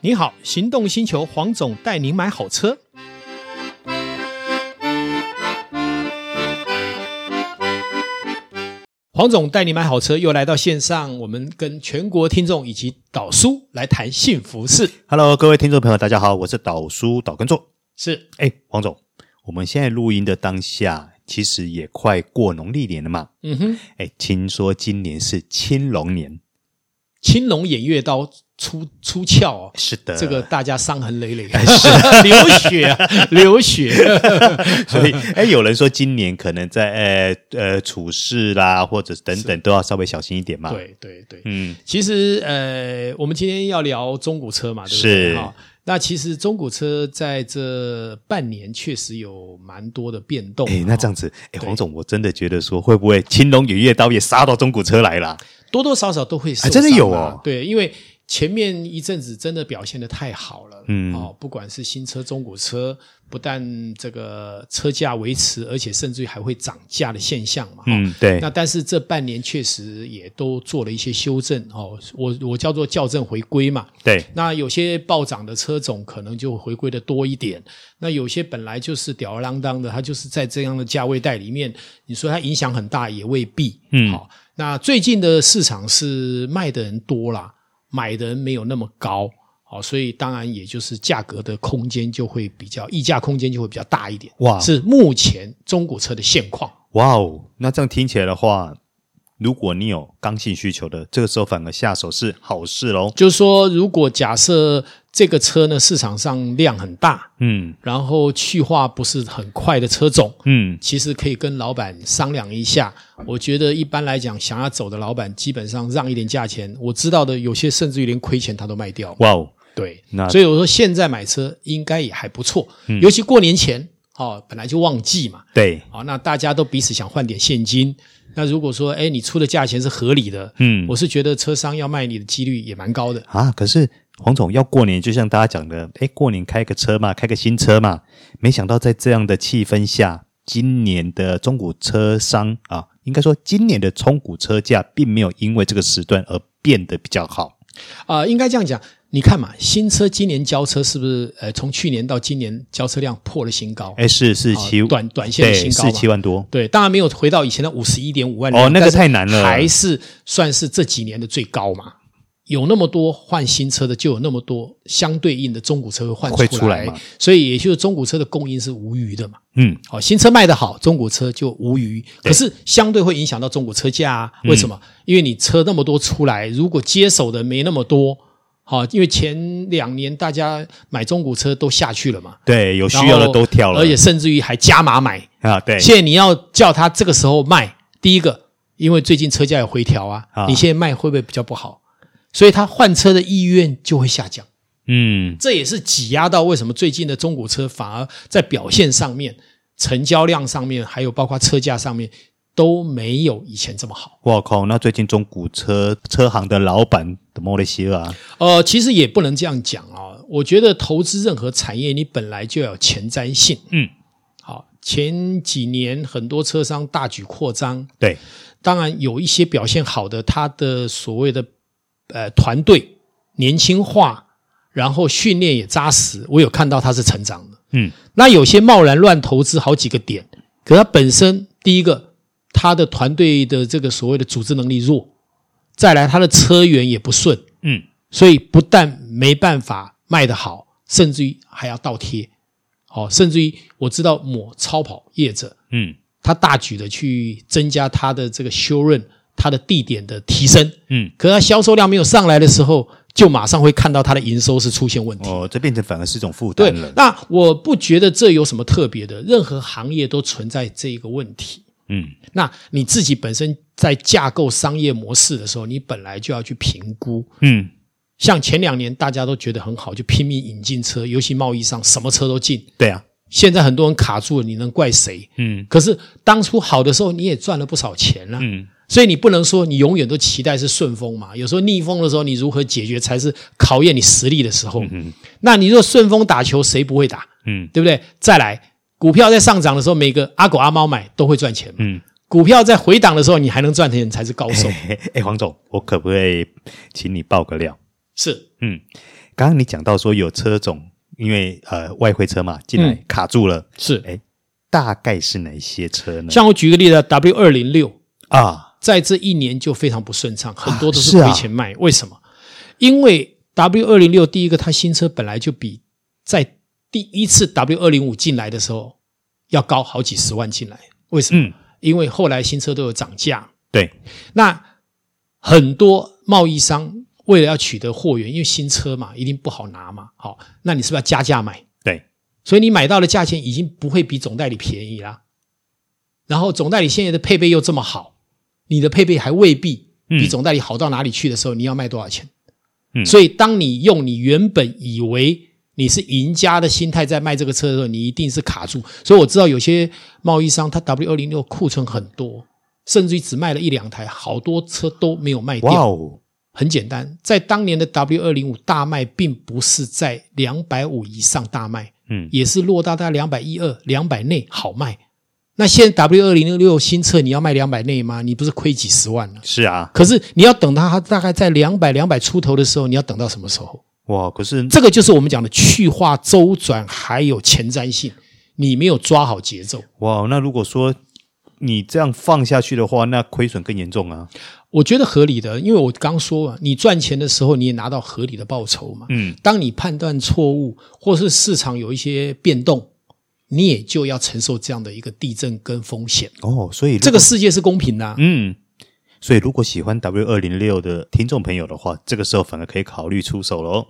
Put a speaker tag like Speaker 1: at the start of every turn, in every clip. Speaker 1: 你好，行动星球黄总带您买好车。黄总带你买好车，又来到线上，我们跟全国听众以及导叔来谈幸福事。
Speaker 2: Hello，各位听众朋友，大家好，我是导叔导根座。
Speaker 1: 是
Speaker 2: 哎，黄总，我们现在录音的当下，其实也快过农历年了嘛。
Speaker 1: 嗯哼，
Speaker 2: 哎，听说今年是青龙年，
Speaker 1: 青龙偃月刀出出鞘哦，
Speaker 2: 是的，
Speaker 1: 这个大家伤痕累累，哎是 流血啊，流血。
Speaker 2: 所以哎，有人说今年可能在呃呃处事啦，或者等等都要稍微小心一点嘛。，
Speaker 1: 对对对，
Speaker 2: 嗯，
Speaker 1: 其实呃，我们今天要聊中古车嘛，对不对？
Speaker 2: 是
Speaker 1: 哈那其实中古车在这半年确实有蛮多的变动。
Speaker 2: 哎，那这样子，哎，
Speaker 1: 对
Speaker 2: 黄总，我真的觉得说，会不会青龙偃月刀也杀到中古车来了？
Speaker 1: 多多少少都会受
Speaker 2: 啊真的
Speaker 1: 伤
Speaker 2: 有
Speaker 1: 啊
Speaker 2: 哦
Speaker 1: 对，因为前面一阵子真的表现的太好了，
Speaker 2: 嗯
Speaker 1: 哦，不管是新车、中古车，不但这个车价维持，而且甚至于还会涨价的现象嘛，哦
Speaker 2: 嗯，对
Speaker 1: 那，但是这半年确实也都做了一些修正哦，我我叫做校正回归嘛。
Speaker 2: 对，
Speaker 1: 那有些暴涨的车种可能就回归的多一点，那有些本来就是吊儿郎当的，它就是在这样的价位带里面，你说它影响很大也未必。
Speaker 2: 嗯
Speaker 1: 好、那最近的市场是卖的人多啦，买的人没有那么高，好、所以当然也就是价格的空间就会比较溢价空间就会比较大一点。
Speaker 2: 哇
Speaker 1: 是目前中古车的现况。
Speaker 2: 哇哦，那这样听起来的话，如果你有刚性需求的，这个时候反而下手是好事喽。
Speaker 1: 就是说，如果假设这个车呢市场上量很大，
Speaker 2: 嗯
Speaker 1: 然后去化不是很快的车种，
Speaker 2: 嗯，
Speaker 1: 其实可以跟老板商量一下。我觉得一般来讲，想要走的老板基本上让一点价钱。我知道的有些甚至于连亏钱他都卖掉。
Speaker 2: 哇哦，
Speaker 1: 对，
Speaker 2: 那嗯
Speaker 1: 所以我说现在买车应该也还不错，尤其过年前哦，本来就旺季嘛，
Speaker 2: 对，
Speaker 1: 好，那大家都彼此想换点现金。那如果说，哎，你出的价钱是合理的，
Speaker 2: 嗯
Speaker 1: 我是觉得车商要卖你的几率也蛮高的。
Speaker 2: 啊，可是黄总要过年，就像大家讲的，哎，过年开个车嘛，开个新车嘛，没想到在这样的气氛下，今年的中古车商啊，应该说今年的中古车价并没有因为这个时段而变得比较好。
Speaker 1: 啊、应该这样讲。你看嘛，新车今年交车是不是？呃，从去年到今年交车量破了新高，
Speaker 2: 哎，是是七、
Speaker 1: 短短线的
Speaker 2: 对
Speaker 1: 新高
Speaker 2: 是
Speaker 1: 嘛
Speaker 2: 七万多，
Speaker 1: 对，当然没有回到以前的五十一点五万辆
Speaker 2: 哦那个
Speaker 1: 但是
Speaker 2: 太难了
Speaker 1: 还是算是这几年的最高嘛。有那么多换新车的，就有那么多相对应的中古车会换
Speaker 2: 会出
Speaker 1: 来
Speaker 2: 来嘛
Speaker 1: 所以也就是中古车的供应是无余的嘛。
Speaker 2: 嗯，
Speaker 1: 好，新车卖得好，中古车就无余，可是相对会影响到中古车价啊？
Speaker 2: 嗯
Speaker 1: 为什么？因为你车那么多出来，如果接手的没那么多，好，因为前两年大家买中古车都下去了嘛，
Speaker 2: 对，有
Speaker 1: 然
Speaker 2: 需要的
Speaker 1: 后
Speaker 2: 都跳了，
Speaker 1: 而且甚至于还加码买。
Speaker 2: 啊，对，
Speaker 1: 现在你要叫他这个时候卖，第一个，因为最近车价有回调啊，
Speaker 2: 啊
Speaker 1: 你现在卖会不会比较不好？所以他换车的意愿就会下降。
Speaker 2: 嗯，
Speaker 1: 这也是挤压到为什么最近的中古车反而在表现上面、成交量上面，还有包括车价上面都没有以前这么好。
Speaker 2: 我靠，那最近中古车车行的老板的莫雷西尔啊，
Speaker 1: 呃，其实也不能这样讲哦。我觉得投资任何产业，你本来就要有前瞻性。
Speaker 2: 嗯，
Speaker 1: 好，前几年很多车商大举扩张，
Speaker 2: 对，
Speaker 1: 当然有一些表现好的，他的所谓的呃团队年轻化，然后训练也扎实，我有看到他是成长的。
Speaker 2: 嗯，
Speaker 1: 那有些贸然乱投资好几个点，可他本身第一个，他的团队的这个所谓的组织能力弱，再来他的车源也不顺，
Speaker 2: 嗯，
Speaker 1: 所以不但没办法卖得好，甚至于还要倒贴。哦，甚至于我知道某超跑业者，
Speaker 2: 嗯，
Speaker 1: 他大举的去增加他的这个修润，他的地点的提升，
Speaker 2: 嗯，
Speaker 1: 可是他销售量没有上来的时候，就马上会看到他的营收是出现问题。
Speaker 2: 哦，这变成反而是一种负
Speaker 1: 对
Speaker 2: 担了，，
Speaker 1: 那我不觉得这有什么特别的，任何行业都存在这一个问题。
Speaker 2: 嗯，
Speaker 1: 那你自己本身在架构商业模式的时候，你本来就要去评估。
Speaker 2: 嗯，
Speaker 1: 像前两年大家都觉得很好，就拼命引进车，尤其贸易上什么车都进。
Speaker 2: 对啊，
Speaker 1: 现在很多人卡住了，你能怪谁？
Speaker 2: 嗯
Speaker 1: 可是当初好的时候，你也赚了不少钱了、
Speaker 2: 嗯，
Speaker 1: 所以你不能说你永远都期待是顺风嘛，有时候逆风的时候，你如何解决才是考验你实力的时候。
Speaker 2: 嗯
Speaker 1: 那你若顺风打球，谁不会打？
Speaker 2: 嗯
Speaker 1: 对不对？再来，股票在上涨的时候，每个阿狗阿猫买都会赚钱嘛。
Speaker 2: 嗯，哎
Speaker 1: 股票在回档的时候，你还能赚钱才是高手。
Speaker 2: 哎、黄总，我可不可以请你爆个料？
Speaker 1: 是
Speaker 2: 嗯，刚刚你讲到说有车种，因为呃外汇车嘛进来
Speaker 1: 嗯
Speaker 2: 卡住了，
Speaker 1: 是
Speaker 2: 哎、大概是哪一些车呢？
Speaker 1: 像我举个例子，W 二零六
Speaker 2: 啊，
Speaker 1: 在这一年就非常不顺畅，很多都
Speaker 2: 是
Speaker 1: 是
Speaker 2: 啊
Speaker 1: 亏钱卖。为什么？因为 W 二零六第一个，它新车本来就比在第一次 W 二零五进来的时候要高好几十万进来。为什么？
Speaker 2: 嗯，
Speaker 1: 因为后来新车都有涨价，
Speaker 2: 对，
Speaker 1: 那很多贸易商为了要取得货源，因为新车嘛，一定不好拿嘛。好，那你是不是要加价买？
Speaker 2: 对，
Speaker 1: 所以你买到的价钱已经不会比总代理便宜啦。然后总代理现在的配备又这么好，你的配备还未必比
Speaker 2: 嗯
Speaker 1: 总代理好到哪里去的时候，你要卖多少钱？
Speaker 2: 嗯
Speaker 1: 所以当你用你原本以为你是赢家的心态在卖这个车的时候，你一定是卡住。所以我知道有些贸易商他 W 二零六库存很多，甚至于只卖了一两台，好多车都没有卖掉。
Speaker 2: 哇哦，
Speaker 1: 很简单，在当年的 W 二零五大卖，并不是在两百五以上大卖，
Speaker 2: 嗯，
Speaker 1: 也是落到大概两百一二、两百内好卖。那现在 W 二零六新车你要卖两百内吗？你不是亏几十万了？
Speaker 2: 是啊，
Speaker 1: 可是你要等到它大概在两百、两百出头的时候，你要等到什么时候？
Speaker 2: 哇，可是
Speaker 1: 这个就是我们讲的去化、周转还有前瞻性，你没有抓好节奏。
Speaker 2: 哇，那如果说你这样放下去的话，那亏损更严重啊。
Speaker 1: 我觉得合理的，因为我刚说了，你赚钱的时候你也拿到合理的报酬嘛。
Speaker 2: 嗯，
Speaker 1: 当你判断错误，或是市场有一些变动，你也就要承受这样的一个地震跟风险。
Speaker 2: 哦，所以如
Speaker 1: 这个
Speaker 2: 果
Speaker 1: 世界是公平的啊、
Speaker 2: 嗯，所以如果喜欢 W 二零六的听众朋友的话，这个时候反而可以考虑出手喽。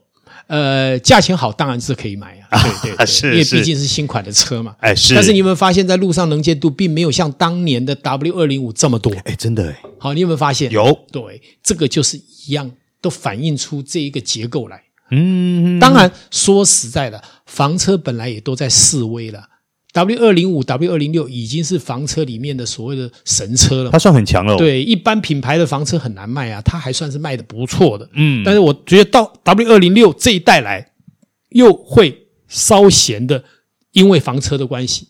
Speaker 1: 呃，价钱好当然是可以买啊，对对对，
Speaker 2: 是
Speaker 1: 因为
Speaker 2: 是
Speaker 1: 毕竟是新款的车嘛。
Speaker 2: 哎，是，
Speaker 1: 但是你有没有发现，在路上能见度并没有像当年的 W 二零五这么多？
Speaker 2: 哎，真的哎，
Speaker 1: 好，你有没有发现？
Speaker 2: 有，
Speaker 1: 对，这个就是一样，都反映出这一个结构来。
Speaker 2: 嗯，
Speaker 1: 当然，说实在的，房车本来也都在示威了。W 二零五、W 二零六已经是房车里面的所谓的神车了嘛。
Speaker 2: 它算很强了。，
Speaker 1: 对，一般品牌的房车很难卖啊，它还算是卖的不错的。
Speaker 2: 嗯，
Speaker 1: 但是我觉得到 W 二零六这一代来，又会稍嫌的，因为房车的关系，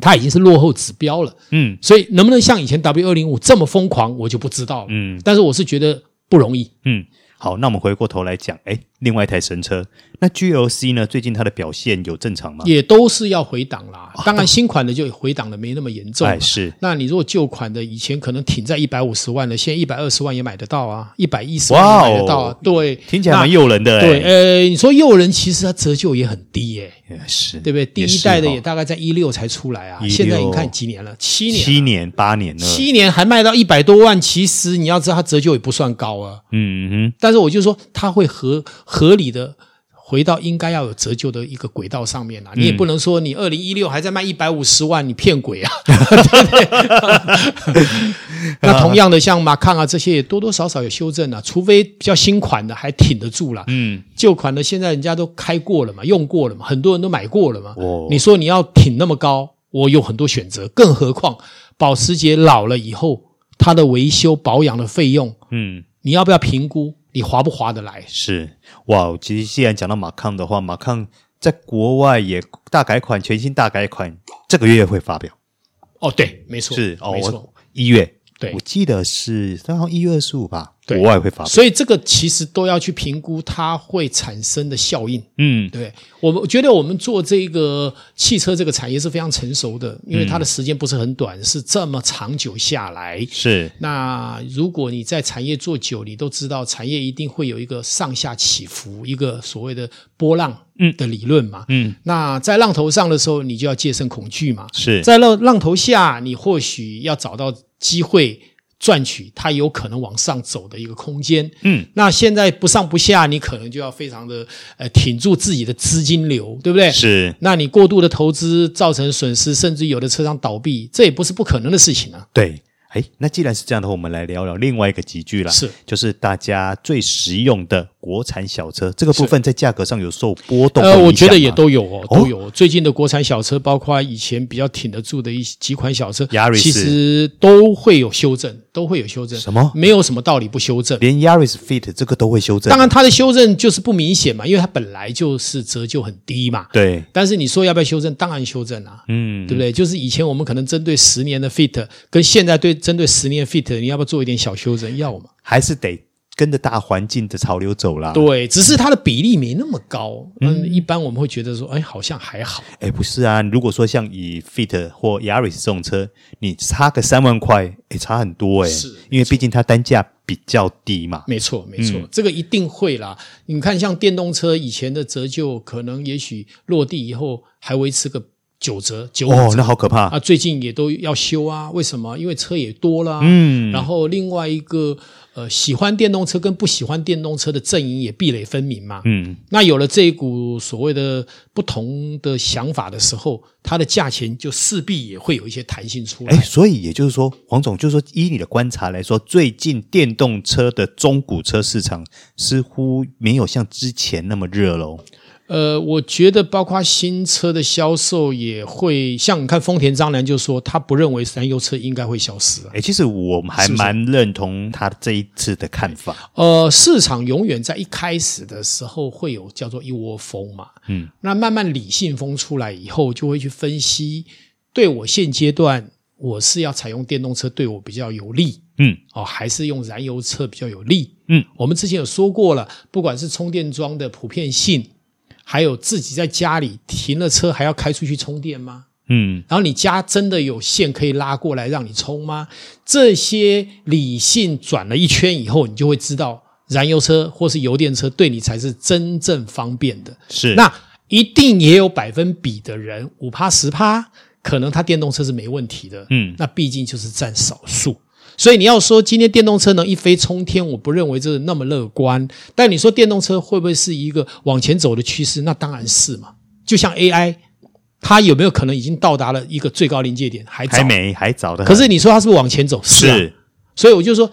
Speaker 1: 它已经是落后指标了。
Speaker 2: 嗯
Speaker 1: 所以能不能像以前 W 二零五这么疯狂，我就不知道了。
Speaker 2: 嗯
Speaker 1: 但是我是觉得不容易。
Speaker 2: 嗯，好，那我们回过头来讲，哎，另外一台神车，那 GLC 呢？最近它的表现有正常吗？
Speaker 1: 也都是要回档啦。当然，新款的就回档的没那么严重
Speaker 2: 哦哎，
Speaker 1: 了。
Speaker 2: 是，
Speaker 1: 那你如果旧款的以前可能挺在一百五十万的，现在一百二十万也买得到啊，一百一十万
Speaker 2: 哇哦
Speaker 1: 也买得到啊。对，
Speaker 2: 听起来蛮诱人
Speaker 1: 那
Speaker 2: 的哎。
Speaker 1: 对，呃，你说诱人，其实它折旧也很低耶、
Speaker 2: 也是，
Speaker 1: 对不对？第
Speaker 2: 也
Speaker 1: 一
Speaker 2: 是哦
Speaker 1: 代的
Speaker 2: 哈
Speaker 1: 也大概在一六才出来啊，
Speaker 2: 16
Speaker 1: 现在你看几年了，七年，
Speaker 2: 七年八年了，
Speaker 1: 七年还卖到一百多万，其实你要知道它折旧也不算高啊。
Speaker 2: 嗯嗯
Speaker 1: 但是我就说，它会合合理的回到应该要有折旧的一个轨道上面啊啦。你也不能说你二零一六还在卖一百五十万，你骗鬼啊！对不对 那同样的，像马抗啊这些也多多少少有修正啊，除非比较新款的还挺得住啦。
Speaker 2: 嗯，
Speaker 1: 旧款的现在人家都开过了嘛，用过了嘛，很多人都买过了嘛。
Speaker 2: 哦
Speaker 1: 你说你要挺那么高，我有很多选择，更何况保时捷老了以后，它的维修保养的费用
Speaker 2: 嗯，
Speaker 1: 你要不要评估你划不划得来？
Speaker 2: 是哇。其实既然讲到马抗的话，马抗在国外也大改款，全新大改款，这个月会发表，
Speaker 1: 哦，对，没错，
Speaker 2: 是哦，
Speaker 1: 没错。
Speaker 2: 我一月，
Speaker 1: 对
Speaker 2: 我记得是然后一月二十五吧，
Speaker 1: 对
Speaker 2: 国外会发表，
Speaker 1: 所以这个其实都要去评估它会产生的效应。
Speaker 2: 嗯
Speaker 1: 对我们我觉得我们做这个汽车这个产业是非常成熟的，因为它的时间不是很短，是这么长久下来。
Speaker 2: 是，
Speaker 1: 那如果你在产业做久，你都知道产业一定会有一个上下起伏，一个所谓的波浪的理论嘛。
Speaker 2: 嗯，
Speaker 1: 那在浪头上的时候，你就要戒慎恐惧嘛。
Speaker 2: 是
Speaker 1: 在浪浪头下，你或许要找到机会赚取它有可能往上走的一个空间。
Speaker 2: 嗯，
Speaker 1: 那现在不上不下，你可能就要非常的呃挺住自己的资金流，对不对？
Speaker 2: 是，
Speaker 1: 那你过度的投资造成损失，甚至有的车商倒闭，这也不是不可能的事情啊。
Speaker 2: 对。哎，那既然是这样的话，我们来聊聊另外一个集聚啦，
Speaker 1: 是，
Speaker 2: 就是大家最实用的国产小车这个部分，在价格上有受波动或
Speaker 1: 呃，我
Speaker 2: 影
Speaker 1: 觉得
Speaker 2: 响
Speaker 1: 也
Speaker 2: 吗
Speaker 1: 都有哦，
Speaker 2: 哦
Speaker 1: 都有哦。最近的国产小车，包括以前比较挺得住的一几款小车
Speaker 2: Yaris
Speaker 1: 其实都会有修正，都会有修正。
Speaker 2: 什么
Speaker 1: 没有什么道理不修正。
Speaker 2: 连 Yaris Fit 这个都会修正，
Speaker 1: 当然，它的修正就是不明显嘛，因为它本来就是折旧很低嘛。
Speaker 2: 对，
Speaker 1: 但是你说要不要修正？当然修正啊，
Speaker 2: 嗯，
Speaker 1: 对不对？就是以前我们可能针对十年的 fit，跟现在对针对十年 fit，你要不要做一点小修正？要嘛？
Speaker 2: 还是得跟着大环境的潮流走啦。
Speaker 1: 对，只是它的比例没那么高。嗯，一般我们会觉得说，哎，好像还好。
Speaker 2: 哎，不是啊，如果说像以 Fit 或 Yaris 这种车，你差个三万块，哎，差很多哎，
Speaker 1: 是
Speaker 2: 因为毕竟它单价比较低嘛。
Speaker 1: 没错，没
Speaker 2: 嗯
Speaker 1: 错，这个一定会啦。你看，像电动车以前的折旧，可能也许落地以后还维持个九折、九五折
Speaker 2: 哦，那好可怕。
Speaker 1: 啊，最近也都要修啊。为什么？因为车也多啦。
Speaker 2: 嗯，
Speaker 1: 然后另外一个，呃，喜欢电动车跟不喜欢电动车的阵营也壁垒分明嘛。
Speaker 2: 嗯，
Speaker 1: 那有了这一股所谓的不同的想法的时候，它的价钱就势必也会有一些弹性出来。
Speaker 2: 哎，所以也就是说，黄总，就是说，依你的观察来说，最近电动车的中古车市场似乎没有像之前那么热喽。
Speaker 1: 呃，我觉得包括新车的销售也会，像你看丰田章男就说他不认为燃油车应该会消失、啊。
Speaker 2: 哎，其实我们还
Speaker 1: 是不是
Speaker 2: 蛮认同他这一次的看法。
Speaker 1: 呃，市场永远在一开始的时候会有叫做一窝蜂嘛，
Speaker 2: 嗯，
Speaker 1: 那慢慢理性风出来以后，就会去分析，对我现阶段我是要采用电动车对我比较有利，
Speaker 2: 嗯，
Speaker 1: 哦，还是用燃油车比较有利？
Speaker 2: 嗯，
Speaker 1: 我们之前有说过了，不管是充电桩的普遍性，还有自己在家里停了车还要开出去充电吗？
Speaker 2: 嗯，
Speaker 1: 然后你家真的有线可以拉过来让你充吗？这些理性转了一圈以后，你就会知道燃油车或是油电车对你才是真正方便的。
Speaker 2: 是。
Speaker 1: 那一定也有百分比的人，五趴十趴，可能他电动车是没问题的。
Speaker 2: 嗯
Speaker 1: 那毕竟就是占少数。所以你要说今天电动车能一飞冲天，我不认为这是那么乐观。但你说电动车会不会是一个往前走的趋势？那当然是嘛。就像 AI，它有没有可能已经到达了一个最高临界点？还早
Speaker 2: 还。没还早的很，
Speaker 1: 可是你说它是不是往前走？是、啊。
Speaker 2: 是
Speaker 1: 所以我就说，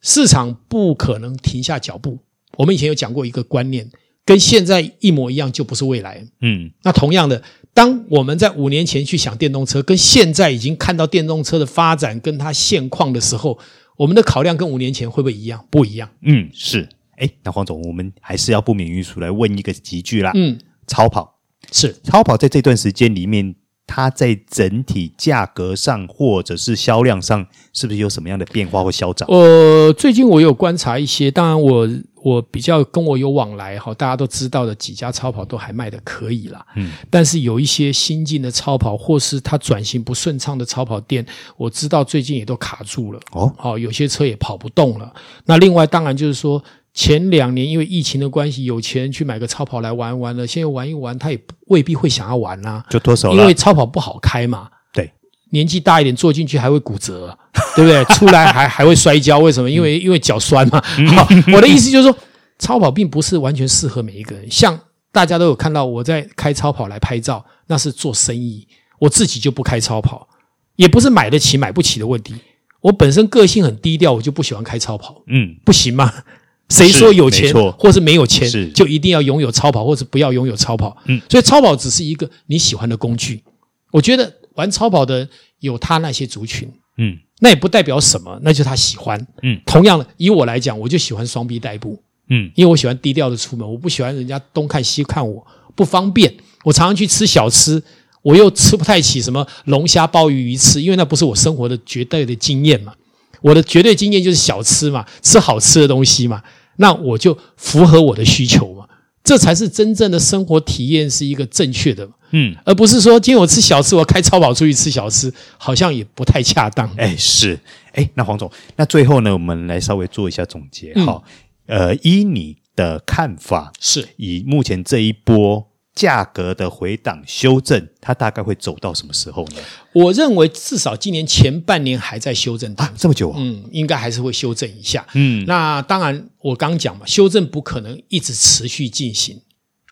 Speaker 1: 市场不可能停下脚步。我们以前有讲过一个观念，跟现在一模一样，就不是未来。
Speaker 2: 嗯
Speaker 1: 那同样的，当我们在五年前去想电动车，跟现在已经看到电动车的发展跟它现况的时候，我们的考量跟五年前会不会一样？不一样。
Speaker 2: 嗯是。哎，那黄总，我们还是要不免于俗来问一个集句啦。
Speaker 1: 嗯，
Speaker 2: 超跑，
Speaker 1: 是
Speaker 2: 超跑在这段时间里面，它在整体价格上或者是销量上，是不是有什么样的变化或消长？
Speaker 1: 呃，最近我有观察一些，当然我我比较跟我有往来哈，大家都知道的几家超跑都还卖的可以啦。
Speaker 2: 嗯，
Speaker 1: 但是有一些新进的超跑，或是它转型不顺畅的超跑店，我知道最近也都卡住了。
Speaker 2: 哦，
Speaker 1: 好、有些车也跑不动了。那另外当然就是说，前两年因为疫情的关系，有钱人去买个超跑来玩玩了，现在玩一玩，他也不未必会想要玩啊啦、
Speaker 2: 就脱手
Speaker 1: 因
Speaker 2: 了
Speaker 1: 为。超跑不好开嘛。
Speaker 2: 对，
Speaker 1: 年纪大一点坐进去还会骨折， 对不对？出来还还会摔跤，为什么？因为因为脚酸嘛。好，我的意思就是说，超跑并不是完全适合每一个人。像大家都有看到我在开超跑来拍照，那是做生意，我自己就不开超跑，也不是买得起买不起的问题。我本身个性很低调，我就不喜欢开超跑，
Speaker 2: 嗯，
Speaker 1: 不行吗？ 谁说有钱
Speaker 2: 没错
Speaker 1: 或是没有钱
Speaker 2: 是
Speaker 1: 就一定要拥有超跑，或是不要拥有超跑？
Speaker 2: 嗯，
Speaker 1: 所以超跑只是一个你喜欢的工具。我觉得玩超跑的有他那些族群，
Speaker 2: 嗯
Speaker 1: 那也不代表什么，那就是他喜欢。
Speaker 2: 嗯，
Speaker 1: 同样的，以我来讲，我就喜欢双臂代步，
Speaker 2: 嗯
Speaker 1: 因为我喜欢低调的出门，我不喜欢人家东看西看我，不方便。我常常去吃小吃，我又吃不太起什么龙虾、鲍鱼、鱼翅，因为那不是我生活的绝对的经验嘛。我的绝对经验就是小吃嘛，吃好吃的东西嘛，那我就符合我的需求嘛，这才是真正的生活体验是一个正确的，
Speaker 2: 嗯，
Speaker 1: 而不是说今天我吃小吃，我开超跑出去吃小吃，好像也不太恰当。
Speaker 2: 哎，是，哎，那黄总，那最后呢，我们来稍微做一下总结。
Speaker 1: 嗯
Speaker 2: 好，呃，依你的看法，
Speaker 1: 是，
Speaker 2: 以目前这一波价格的回档修正，它大概会走到什么时候呢？
Speaker 1: 我认为至少今年前半年还在修正当
Speaker 2: 啊
Speaker 1: 中，，
Speaker 2: 这么久啊？
Speaker 1: 嗯，应该还是会修正一下。
Speaker 2: 嗯
Speaker 1: 那当然，我刚讲嘛，修正不可能一直持续进行，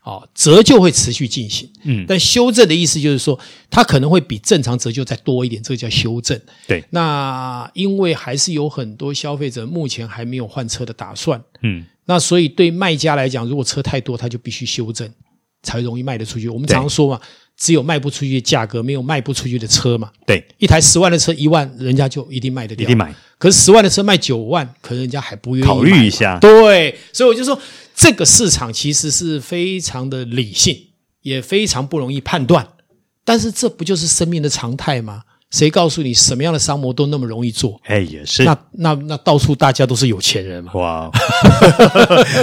Speaker 1: 哦，折旧会持续进行，
Speaker 2: 嗯
Speaker 1: 但修正的意思就是说，它可能会比正常折旧再多一点，这个叫修正。
Speaker 2: 对，
Speaker 1: 那因为还是有很多消费者目前还没有换车的打算，
Speaker 2: 嗯
Speaker 1: 那所以对卖家来讲，如果车太多，他就必须修正，才容易卖得出去。我们
Speaker 2: 对
Speaker 1: 常说嘛，只有卖不出去的价格，没有卖不出去的车嘛。
Speaker 2: 对，
Speaker 1: 一台十万的车一万，人家就一定卖得
Speaker 2: 一
Speaker 1: 掉。
Speaker 2: 定买，
Speaker 1: 可是十万的车卖九万，可能人家还不愿意
Speaker 2: 考虑一
Speaker 1: 买
Speaker 2: 下。
Speaker 1: 对，所以我就说，这个市场其实是非常的理性，也非常不容易判断。但是这不就是生命的常态吗？谁告诉你什么样的商模都那么容易做？
Speaker 2: 哎，也是，
Speaker 1: 那那那到处大家都是有钱人嘛。
Speaker 2: 哇哦，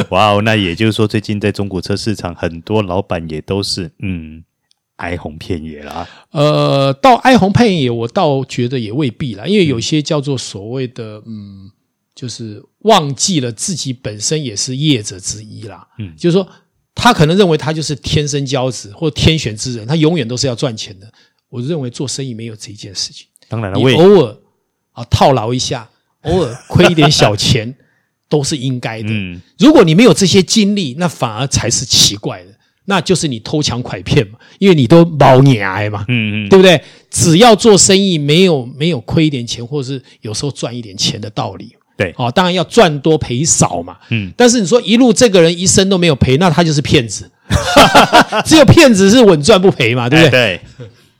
Speaker 2: 哇哦，那也就是说，最近在中国车市场，很多老板也都是嗯哀鸿遍野啦。
Speaker 1: 呃，到哀鸿遍野，我倒觉得也未必啦，因为有些叫做所谓的嗯，就是忘记了自己本身也是业者之一啦。
Speaker 2: 嗯
Speaker 1: 就是说他可能认为他就是天生骄子或天选之人，他永远都是要赚钱的。我认为做生意没有这一件事情，
Speaker 2: 当然了，我
Speaker 1: 你
Speaker 2: 也
Speaker 1: 偶尔啊套牢一 下，偶尔亏一点小钱都是应该的。
Speaker 2: 嗯，
Speaker 1: 如果你没有这些经历，那反而才是奇怪的，那就是你偷抢拐骗嘛，因为你都猫牙嘛。
Speaker 2: 嗯嗯，
Speaker 1: 对不对？只要做生意，没有没有亏一点钱，或者是有时候赚一点钱的道理。
Speaker 2: 对
Speaker 1: 哦，当然要赚多赔少嘛。
Speaker 2: 嗯，
Speaker 1: 但是你说一路这个人一生都没有赔，那他就是骗子。 只有骗子是稳赚不赔嘛，对不
Speaker 2: 哎
Speaker 1: 对？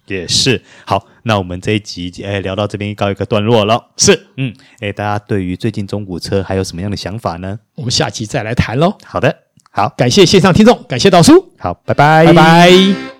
Speaker 2: 对，也是。好，那我们这一集哎聊到这边告一个段落了。
Speaker 1: 是
Speaker 2: 嗯，哎，大家对于最近中古车还有什么样的想法呢？
Speaker 1: 我们下期再来谈喽。
Speaker 2: 好的，好，
Speaker 1: 感谢线上听众，感谢导叔，
Speaker 2: 好，拜
Speaker 1: 拜拜。